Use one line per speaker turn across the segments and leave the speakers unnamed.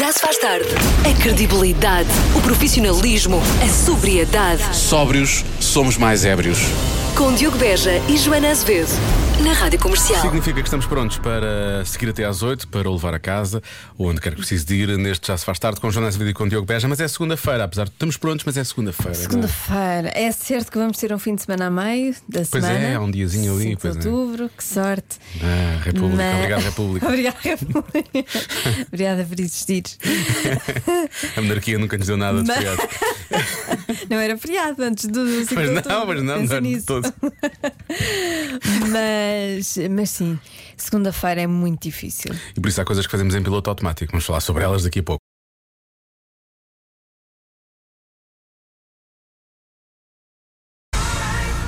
Já se faz tarde. A credibilidade, o profissionalismo, a sobriedade.
Sóbrios, somos mais ébrios.
Com Diogo Beja e Joana Azevedo. Na Rádio Comercial.
Significa que estamos prontos para seguir até às 8, para o levar a casa, ou onde quer que precise de ir, neste Já se faz tarde, com Joana Azevedo e com Diogo Beja, mas é segunda-feira, apesar de estamos prontos, mas é segunda-feira. não é?
Segunda-feira. É certo que vamos ter um fim de semana a meio da
Pois
semana.
é, há um diazinho ali,
5
pois é.
de outubro, que sorte.
Ah, República,
Mas-
obrigado, República.
Obrigada, República. Obrigada por existir.
A monarquia nunca nos deu nada de
Mas-
feriado.
Não era feriado antes do 5
Mas
de
não,
outubro,
mas não,
pensa
não, de
nisso.
todo.
Mas, mas sim, segunda-feira é muito difícil.
E por isso há coisas que fazemos em piloto automático, vamos falar sobre elas daqui a pouco.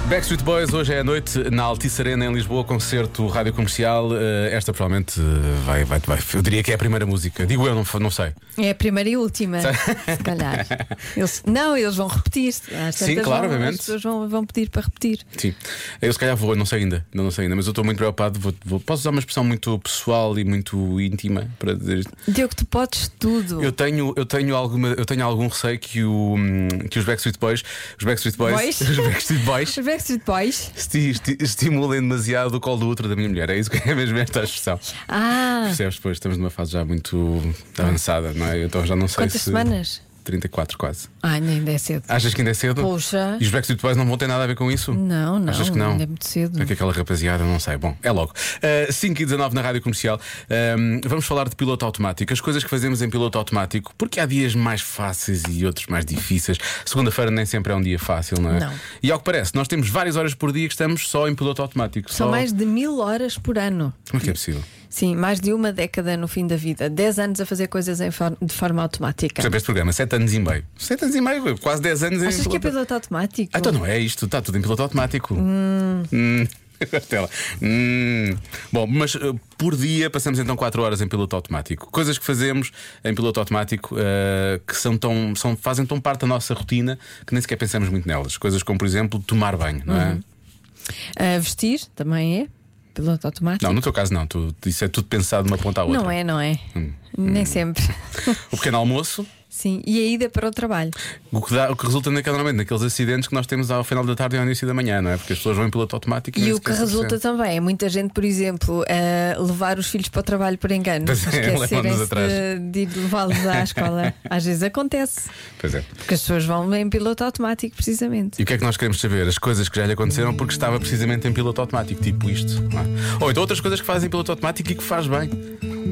Backstreet Boys, hoje é à noite na Altice Arena em Lisboa, concerto rádio comercial. Eh, esta provavelmente eh, vai, vai, vai. Eu diria que é a primeira música. Digo eu, não, fa- não sei.
É a primeira e última, se calhar. Eles- não, eles vão repetir. Às
Sim,
tantas
claro,
vão-
obviamente.
As pessoas vão, vão pedir para repetir.
Sim. Eu se calhar vou, não sei ainda, não, não sei ainda, mas eu estou muito preocupado. Vou, vou- posso usar uma expressão muito pessoal e muito íntima para dizer isto?
Diogo, tu podes tudo.
Eu tenho, eu tenho, alguma, eu tenho algum receio que, o, hum, que os Backstreet Boys, os Backstreet Boys,
Boys?
os Backstreet Boys
Os Backstreet Boys.
esti- esti- estimulem demasiado o colo do outro da minha mulher. É isso que é mesmo esta expressão.
Ah,
Percebes? Pois estamos numa fase já muito avançada, não é? Então já não sei
quantas
se.
semanas?
34 quase.
Ai, nem ainda é cedo.
Achas que ainda é cedo?
Poxa.
E os Backstreet Boys não vão ter nada a ver com isso?
Não, não,
Achas que não?
ainda é muito cedo.
É que aquela rapaziada, não sei. Bom, é logo. Uh, 5 e 19 na rádio comercial. Ahm, vamos falar de piloto automático. As coisas que fazemos em piloto automático, porque há dias mais fáceis e outros mais difíceis. Segunda-feira nem sempre é um dia fácil, não é?
Não.
E ao que parece, nós temos várias horas por dia que estamos só em piloto automático.
São
só-
mais de mil horas por ano.
Como é que é possível?
Sim, mais de uma década no fim da vida. Dez anos a fazer coisas em for- de forma automática.
Por exemplo, este programa, 7 anos e meio. 7 anos e meio, quase 10 anos em
Achas que é
piloto-
piloto automático?
Ah, então não é isto, está tudo em piloto automático. Hum. Até lá. Hum. Bom, mas eh, por dia passamos então 4 horas em piloto automático. Coisas que fazemos em piloto automático eh, que são tão, são, fazem tão parte da nossa rotina que nem sequer pensamos muito nelas. Coisas como, por exemplo, tomar banho, não
Uhum.
é?
Ah, vestir também é piloto automático?
Não, no teu caso não, tu, isso é tudo pensado de uma ponta à outra.
Não é, não é?
Hum.
Nem sempre.
O pequeno almoço,
Sim, e a ida para o trabalho.
o que, dá, o que resulta naquele- normalmente naqueles acidentes que nós temos ao final da tarde e ao início da manhã, não é? Porque as pessoas vão em piloto automático e,
E
nem
o que
sequer se
resulta
apercebem.
também é muita gente, por exemplo, a levar os filhos para o trabalho por engano.
Pois é, levam-nos
Esquecerem-se
atrás.
de, de ir levá-los à escola. Às vezes acontece.
Pois é.
Porque as pessoas vão em piloto automático, precisamente.
E o que é que nós queremos saber? As coisas que já lhe aconteceram porque estava precisamente em piloto automático, tipo isto. não é? Ou então outras coisas que fazem em piloto automático e que faz bem.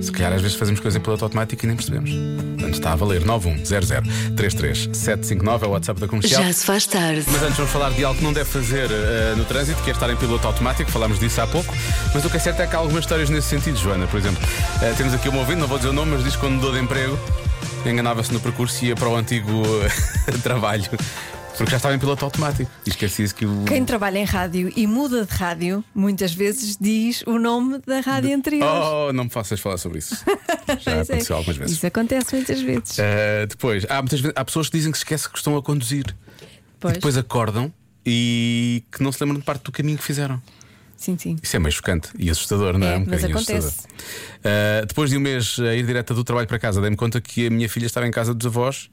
Se calhar às vezes fazemos coisas em piloto automático e nem percebemos. Portanto, está a valer. 910033759 é o WhatsApp da comercial.
Já se faz tarde.
Mas antes vamos falar de algo que não deve fazer eh, no trânsito, que é estar em piloto automático, falámos disso há pouco, mas o que é certo é que há algumas histórias nesse sentido, Joana. Por exemplo, eh, temos aqui um ouvinte, não vou dizer o nome, mas diz que quando mudou de emprego, enganava-se no percurso e ia para o antigo eh, trabalho, porque já estava em piloto automático. E esquecia-se que o.
Quem trabalha em rádio e muda de rádio, muitas vezes diz o nome da rádio anterior.
Oh, não me faças falar sobre isso. Já
Pois é.
aconteceu algumas vezes.
Isso acontece muitas vezes.
Eh, depois, há, muitas vezes, há pessoas que dizem que se esquece que estão a conduzir e
Pois.
depois acordam e que não se lembram de parte do caminho que fizeram.
Sim, sim.
Isso é meio chocante e assustador, não é?
É,
um
mas
bocadinho
acontece.
assustador. Ah, depois de um mês a ir direta do trabalho para casa, dei-me conta que a minha filha estava em casa dos avós.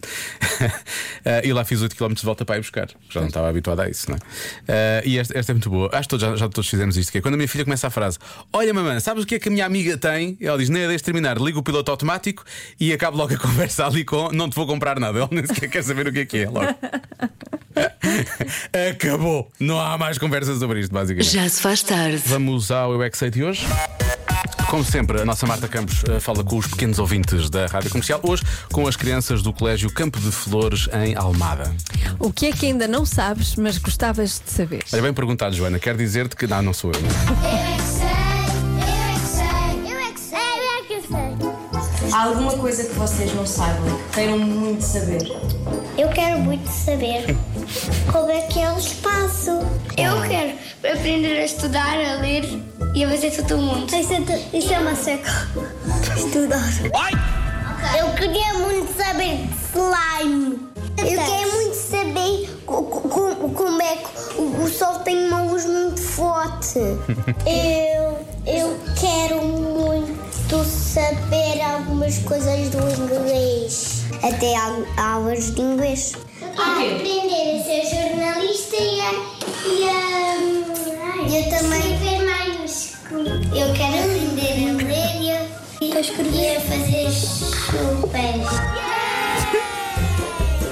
Ah, e lá fiz 8 km de volta para ir buscar. Já não estava habituada a isso, não é? Ah, e esta, esta é muito boa. Acho que todos, já, já todos fizemos isto. Que é quando a minha filha começa a frase: Olha, mamãe, sabes o que é que a minha amiga tem? Ela diz: Nem a deixes terminar, liga o piloto automático e acabo logo a conversa ali com: Não te vou comprar nada. Ela nem sequer quer saber o que é que é. Logo. Acabou. Não há mais conversa sobre isto, basicamente.
Já se faz tarde.
Vamos ao Eu é que Sei de hoje. Como sempre, a nossa Marta Campos eh, fala com os pequenos ouvintes da Rádio Comercial, hoje com as crianças do Colégio Campo de Flores em Almada.
O que é que ainda não sabes, mas gostavas de saber?
Olha, bem perguntado, Joana, quero dizer-te que. Não, não sou eu. não.
Eu é que sei, eu é que sei, eu é que sei, eu é que sei.
Há alguma coisa que vocês não saibam, que queiram muito saber?
Eu quero muito saber como é que é o espaço. Eu quero aprender a estudar, a ler e a fazer todo mundo. Isso é, isso é uma seca. Estudar. Eu queria muito saber de slime. Eu quero muito saber co- co- co- como é que o o sol tem uma luz muito forte. eu, eu quero muito tu saber algumas coisas do inglês. Até aulas de inglês. A aprender a ser jornalista e a. E a eu também. Escrever maiúsculo. Eu quero aprender a ler e a. E a fazer chupas.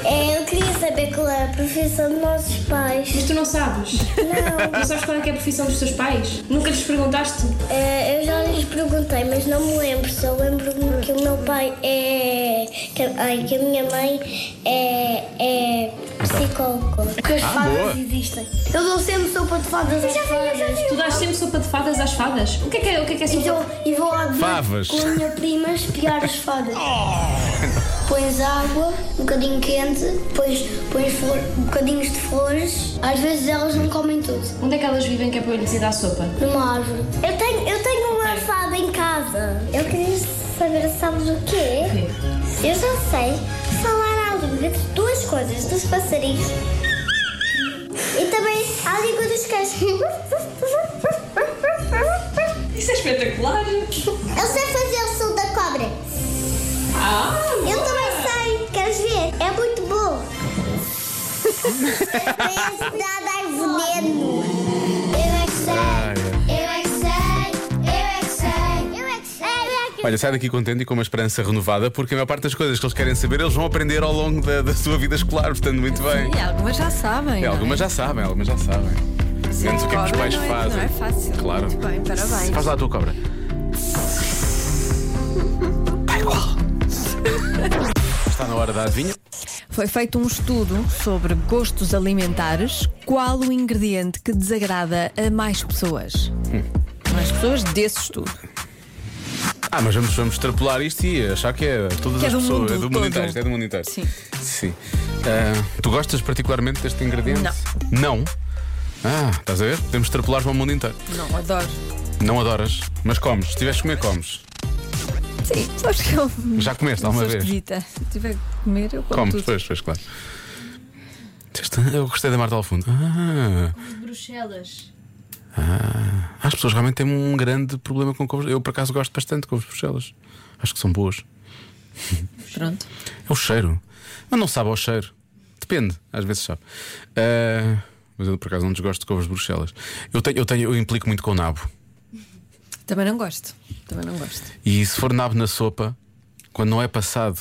É, Eu queria saber qual era a profissão dos nossos pais.
Mas tu não sabes?
Não.
Não sabes qual é, que é a profissão dos teus pais? Nunca lhes perguntaste?
Eh, eu já lhes perguntei, mas não me lembro. Só lembro-me que o meu pai é. Que, ai, que a minha mãe é. é psicóloga. Ah, Porque as
boa.
existem. Eu dou sempre sopa de fadas às fadas.
Tu dás sempre sopa de fadas às fadas? O que é que é, o que é, que é
E
sopa?
vou, e vou lá de-
Favas.
com a minha prima espiar as fadas. Pões água, um bocadinho quente, depois pões flor, bocadinhos de flores. Às vezes elas não comem tudo.
Onde é que elas vivem que é para eu lhes ir dar sopa?
Numa árvore. Eu tenho, eu tenho uma fada em casa. Eu queria saber, sabes o quê? Eu já sei falar a língua de duas coisas, dos passarinhos e também a língua dos cães. Eu
Isso é espetacular!
sei fazer o som da cobra.
Ah!
Eu também sei, queres ver? É muito bom. é Parece dar veneno. Eu é que
Ai,
sei, eu é que sei, eu é que sei, eu é que sei.
Olha, sai daqui contente e com uma esperança renovada, porque a maior parte das coisas que eles querem saber eles vão aprender ao longo da, da sua vida escolar, portanto, muito bem.
E algumas já sabem.
É,
não
algumas já sabem, algumas já sabem. Menos o que é que os
Cobra
pais
não é-
fazem.
Não é fácil.
Claro.
Muito bem, parabéns.
Faz lá a tua cobra. Tá igual. Está na hora da adivinha.
Foi feito um estudo sobre gostos alimentares. Qual o ingrediente que desagrada a mais pessoas?
Hum.
Mais pessoas desse estudo.
Ah, mas vamos, vamos extrapolar isto e achar que é todas
Que é
as
do
pessoas.
mundo
é do mundo
todo.
inteiro. isto É do mundo inteiro.
Sim.
Sim. Ah, tu gostas particularmente deste ingrediente? Não. Não? Ah, estás a ver? Podemos extrapolar para o mundo inteiro.
Não, adoro.
Não adoras, mas comes. Se tiveres de comer, comes.
Sim, sabes que eu.
Já comeste alguma
sou
vez?
esquisita. Se tiver que comer, eu como.
Comes,
tudo.
pois, pois, claro. Esta- Eu gostei da Marta ao fundo. Ah,
Bruxelas.
as pessoas realmente têm um grande problema com couves. Eu, por acaso, gosto bastante de couves de Bruxelas. Acho que são boas.
Pronto.
É o cheiro. Mas não sabe ao cheiro. Depende, às vezes sabe. Ah, mas eu, por acaso, não desgosto de couves de Bruxelas. Eu, tenho, eu, tenho, eu implico muito com nabo.
Também não gosto. Também não gosto.
E se for nabo na sopa, quando não é passado.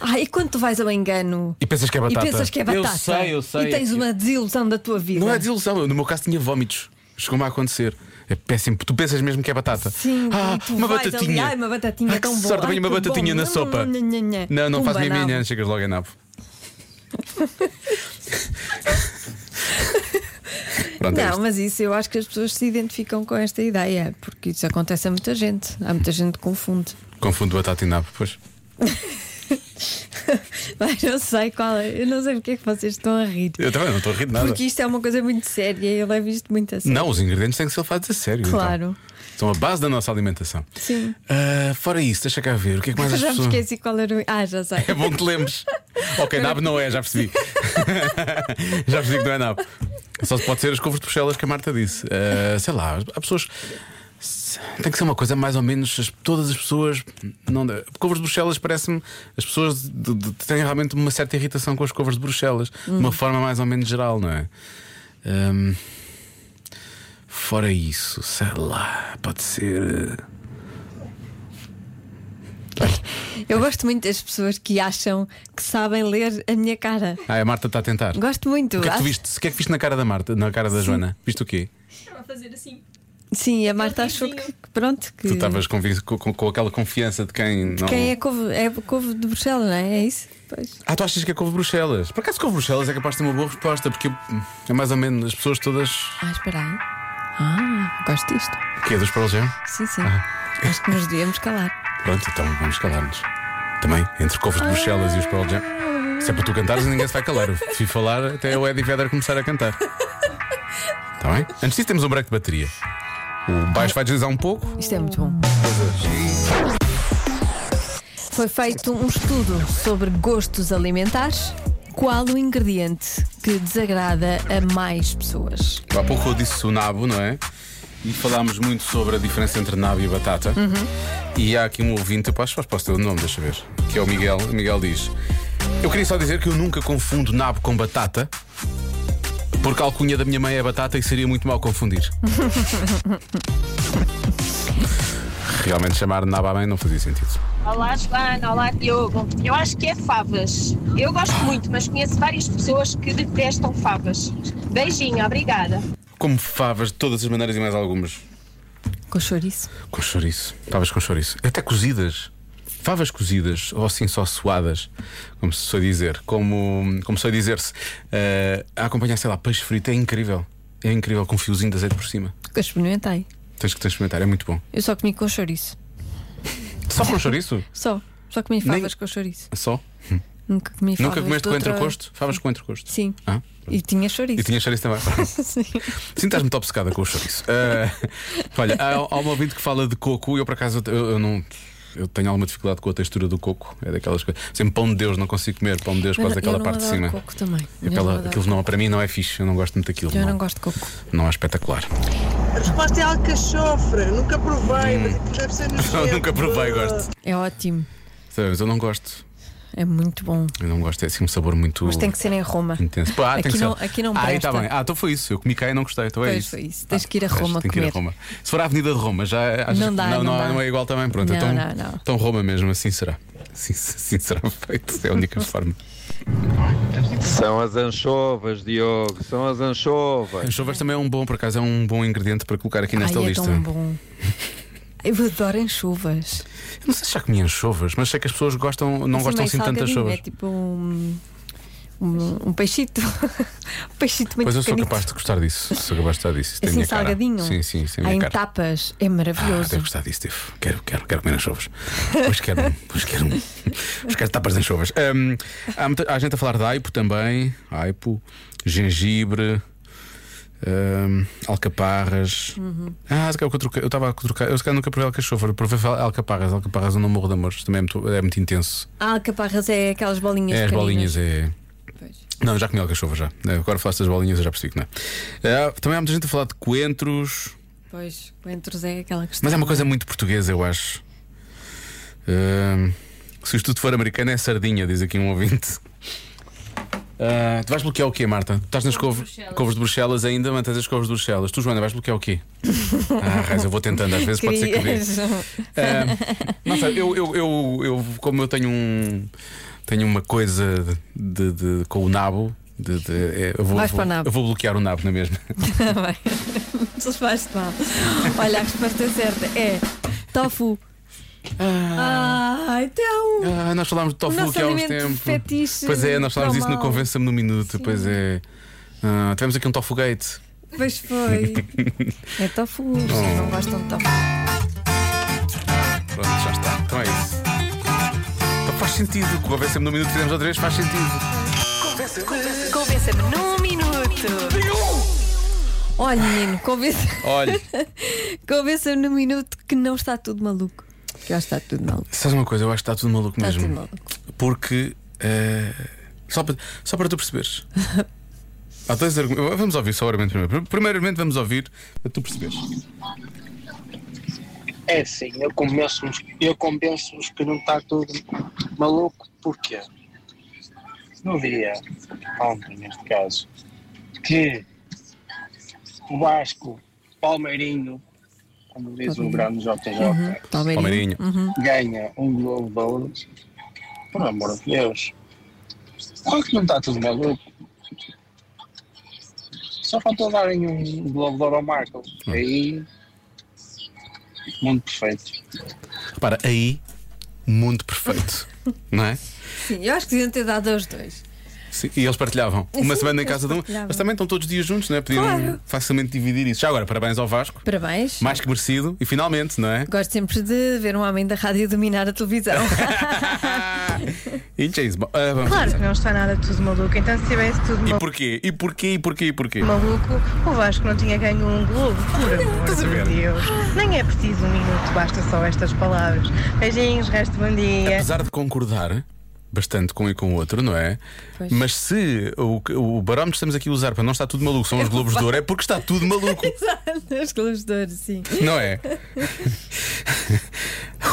Ah, e quando tu vais ao engano
E pensas que é batata.
e pensas que é
Eu
batata?
sei, eu sei.
E tens uma desilusão da tua vida.
Não é desilusão, eu, no meu caso tinha vómitos. Chegou-me a acontecer. É péssimo. Tu pensas mesmo que é batata?
Sim,
ah,
e tu
uma
vais
batatinha.
ali, ai, uma batatinha
ah, que
tão boa.
Sorte,
Ai,
apanha uma
que
batatinha
bom.
na
Nham,
sopa.
nham, nham, nham.
Não, não
Um
faz minha
banabo.
minha, chegas logo a nabo. Pronto, é
Não,
isto.
mas isso eu acho que as pessoas se identificam com esta ideia, porque isso acontece a muita gente. Há muita gente que confunde.
Confundo batata e nabo, pois.
Mas eu sei qual é. Eu não sei porque é que vocês estão a rir.
Eu também não estou a rir de nada.
Porque isto é uma coisa muito séria e eu levo isto muito a sério.
Não, os ingredientes têm que ser levados a sério. então.
Claro.
São a base da nossa alimentação.
Sim.
Ah, fora isso, deixa cá ver. O que é que mais as
Já me
pessoas.
esqueci qual era o. Ah, já sei.
É bom que te lembres. ok, nabo não é, já percebi. já percebi que não é nabo. Só se pode ser as couves de Bruxelas que a Marta disse. Ah, sei lá, há pessoas. Tem que ser uma coisa mais ou menos. as- Todas as pessoas. Não, dá- couves de Bruxelas parece-me. As pessoas de- de- têm realmente uma certa irritação com as couves de Bruxelas. De
Hum.
uma forma mais ou menos geral, não é? Ahm, fora isso, sei lá, pode ser. eh,
Eu gosto muito das pessoas que acham que sabem ler a minha cara.
Ah, a Marta está a tentar.
Gosto muito.
O que é que tu
Acho-
viste? O que é que viste na cara da Marta, na cara da Joana? Viste o quê?
Estava a fazer assim.
Sim, a Marta achou que, que pronto, que
Tu estavas convin- com, com- com aquela confiança de quem não.
quem é couve, é couve de Bruxelas, não é? É isso? Pois.
Ah, tu achas que é couve de Bruxelas? Por acaso couve de Bruxelas é capaz de ter uma boa resposta, porque hum, é mais ou menos as pessoas todas.
Ah, espera aí. Ah, gosto disto.
O quê? é Dos Pearl Jam?
Sim, sim. Acho que nos devíamos calar.
Pronto, então vamos calar-nos. Também, entre couves de Bruxelas e os Pearl Jam. Se é para tu cantares, ninguém se vai calar. Eu Fui falar até o Eddie Vedder começar a cantar. Está bem? Antes disso, temos um break de bateria. O baixo vai deslizar um pouco.
Isto é muito bom. Foi feito um estudo sobre gostos alimentares. Qual o ingrediente que desagrada a mais pessoas?
Há pouco eu disse o nabo, não é? e falámos muito sobre a diferença entre nabo e batata. E há aqui um ouvinte, eu acho que posso ter o nome, deixa eu ver, que é o Miguel. O Miguel diz: Eu queria só dizer que eu nunca confundo nabo com batata. Porque a alcunha da minha mãe é batata e seria muito mal confundir. Realmente chamar nabo à mãe não fazia sentido.
Olá, Joana. Olá, Diogo. Eu acho que é favas. Eu gosto muito, mas conheço várias pessoas que detestam favas. Beijinho, obrigada.
Como favas de todas as maneiras e mais algumas.
Com chouriço.
Com chouriço. Favas com chouriço. Até cozidas. Favas cozidas, ou assim só suadas, como se sou dizer, como, como sou dizer-se, Eh, a acompanhar, sei lá, peixe frito é incrível. É incrível com um fiozinho de azeite por cima.
Que eu experimentei.
Tens que tens de experimentar, é muito bom.
Eu só comi com chouriço.
Só com chouriço?
Só. Só comi
Nem-
favas com chouriço.
Só?
Nunca comi favas
Nunca
de
comeste com
outra-
entrecosto? Favas com entrecosto?
Sim.
Ah,
E tinha
e
chouriço.
tinha chouriço também.
Sim.
Sim, estás muito obcecada com o chouriço. Ah, olha, há, há um ouvinte que fala de coco e eu, por acaso, eu, eu não. Eu tenho alguma dificuldade com a textura do coco. É daquelas coisas. Sempre pão de Deus, não consigo comer pão de Deus,
Mas
quase
não-
aquela
eu não
parte de
adoro
cima.
coco também. Eu não
Aquela,
adoro
aquilo não, para mim não é fixe, eu não gosto muito daquilo.
Eu não gosto de coco.
não é espetacular.
A resposta é alcachofra. Nunca provei, mas deve ser nojento.
Hum. Nunca provei, gosto.
É ótimo.
Sabe, Mas eu não gosto.
É muito bom.
Eu não gosto, é assim um sabor muito.
Mas tem que ser em Roma.
Intenso. Pá, tem
Aqui
que ser-
não- aqui não
ah, aí
presta.
está bem. Ah, então foi isso. Eu comi cá e não gostei. Então é
Pois
isso.
foi isso. Tens que ir a Roma
tem que ir a
comer.
Roma. Se for a Avenida de Roma, já achas
Não
que-
dá,
não,
não dá.
é igual também. Pronto,
Não,
então,
não, não.
então Roma mesmo, assim será. Assim, assim será feito. É a única forma.
São as anchovas, Diogo, são as anchovas.
Anchovas também é um bom, por acaso, é um bom ingrediente para colocar aqui nesta
Ai,
lista.
é tão bom. Eu adoro enxovas.
Eu não sei se já comi anchovas, mas sei que as pessoas gostam, não
Assim,
gostam
meio
assim tanto de
salgadinho,
anchovas.
É tipo um, um, um peixito. um peixito muito
Pois eu sou
pequenito.
capaz de gostar disso. Sou capaz de gostar disso. Isso tem a
Assim
minha cara.
salgadinho.
Sim, sim, sim.
Ah,
Minha
em
cara.
tapas. É
Ah,
maravilhoso.
devo gostar disso, devo. Quero, quero, quero comer anchovas. Pois quero, um, pois quero, um, pois quero tapas de anchovas. Hum, há, muita- há gente a falar de aipo também, aipo, gengibre, hum, alcaparras. Ah, se calhar que eu troquei- eu estava a trocar, eu se calhar nunca provei alcachofra, provei fa- alcaparras, alcaparras eu não morro de amor, também é muito, é muito intenso.
Ah, alcaparras é aquelas bolinhas.
é as bolinhas, é.
pequeninas. Pois.
Não, já comi alcachofra já. Agora falaste das bolinhas, eu já percebi que não é. Ah, também há muita gente a falar de coentros.
Pois, coentros é aquela questão.
Mas é uma coisa muito portuguesa, eu acho. Ahm, se o estudo for americano, é sardinha, diz aqui um ouvinte. Ah, tu vais bloquear o quê, Marta? Tu estás nas couves, couves de Bruxelas ainda, mantens as couves de Bruxelas. Tu, Joana, vais bloquear o quê? Ah, raiz, eu vou tentando, às vezes pode ser que dê.
Querias.
Ah, não sei, eu, eu, eu, eu- como eu tenho um tenho uma coisa de, de- de- com o nabo, de- de- é, eu, vou,
Vais para o
vou-
nabo.
eu vou bloquear o nabo é na mesma.
Tá bem. Não faz mal. Olha, a resposta certa é tofu. Ah, então.
Ah, nós falámos de tofu
nosso
aqui há uns
alimento
tempos.
fetiche
Pois é, nós falámos disso no
normal.
Convença-me no Minuto. Pois é. Ah, tivemos aqui um tofu gate.
Pois foi. É tofu. Vocês
Oh.
não gostam de tofu.
Pronto, já está. Então é isso. Então faz sentido. que o Convença-me no Minuto que fizemos outra vez faz sentido.
Convença-me num minuto.
Olha, menino, convença-
Olha,
convença-me no minuto que não está tudo maluco. Que já está tudo maluco.
sabes uma coisa? Eu acho que está tudo maluco
Está
mesmo.
tudo maluco.
Porque. ah, só, para, só para tu perceberes. Há dois argumentos. Vamos ouvir só o argumento primeiro. Primeiramente, vamos ouvir para tu perceberes.
É sim, eu convenço-vos eu convenço que não está tudo maluco, porquê? No dia, ontem neste caso, que o Vasco Palmeirinho, como diz o grande JJ,
Uhum, Palmeirinho.
Palmeirinho.
ganha um Globo de Ouro, por amor de Deus, claro que não está tudo maluco. Só faltou darem um Globo de Ouro ao Marco, aí, mundo perfeito.
Repara, aí, mundo perfeito. não é?
Sim, eu acho que deviam ter dado aos dois.
Sim, e eles partilhavam. Uma
Sim,
semana em
eles
casa de um.
partilhavam.
Mas também estão todos os dias juntos, não é? Podiam
Claro.
facilmente dividir isso. Já agora, parabéns ao Vasco.
Parabéns.
Mais que merecido. E finalmente, não é?
Gosto sempre de ver um homem da rádio dominar a televisão. Tá.
E James Bond. Ah, vamos
Claro que
começar.
não está nada tudo maluco. Então, se tivesse tudo
E
maluco,
porquê? E porquê? E porquê? E porquê?
o Vasco não tinha ganho um globo. Por
estás a ver?
amor de Deus. Nem é
é.
É
preciso um minuto, basta só estas palavras. Beijinhos, resto bom dia.
Apesar de concordar, bastante com um e com o outro, não é?
Pois.
Mas se o, o barómetro que estamos aqui a usar para não estar tudo maluco são os globos de ouro, é porque está tudo maluco,
Exato, os globos de ouro, sim.
não é?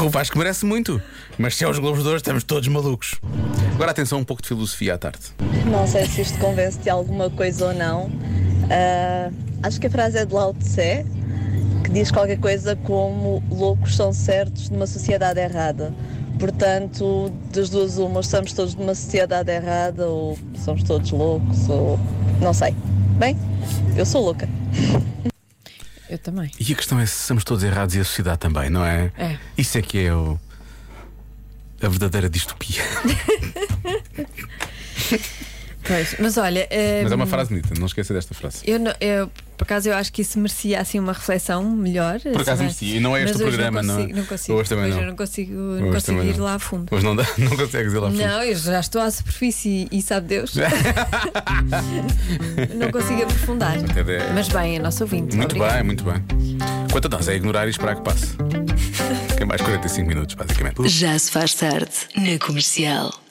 O Vasco merece muito, mas se é os globos de ouro estamos todos malucos. Agora atenção um pouco de filosofia à tarde.
Não sei se isto convence de alguma coisa ou não. Ah, acho que a frase é de Lao Tse, que diz qualquer coisa como loucos são certos numa sociedade errada. Portanto, das duas umas, somos todos numa sociedade errada ou somos todos loucos ou não sei. Bem, eu sou louca.
Eu também.
E a questão é se somos todos errados e a sociedade também, não é?
É.
Isso é que é o- a verdadeira distopia.
Pois, mas olha.
Mas é uma
hum,
frase bonita, não esqueça desta frase.
Eu, não- eu, por acaso, eu acho que isso merecia assim uma reflexão melhor.
Por acaso
sabe?
merecia, e não é este
Mas
o
hoje
programa, não
não
é?
consigo, não consigo.
Hoje também não.
eu não consigo, não
Hoje
consigo
também
ir
não.
lá a fundo.
Hoje não, dá, não consegues ir lá a fundo.
Não, eu já estou à superfície e sabe Deus. não consigo aprofundar.
Até dez.
Mas bem, é nosso ouvinte.
Muito
Obrigada.
bem, muito bem. Quanto a nós, é ignorar e esperar é que passe. Tem mais 45 minutos, basicamente.
Já se faz tarde na comercial.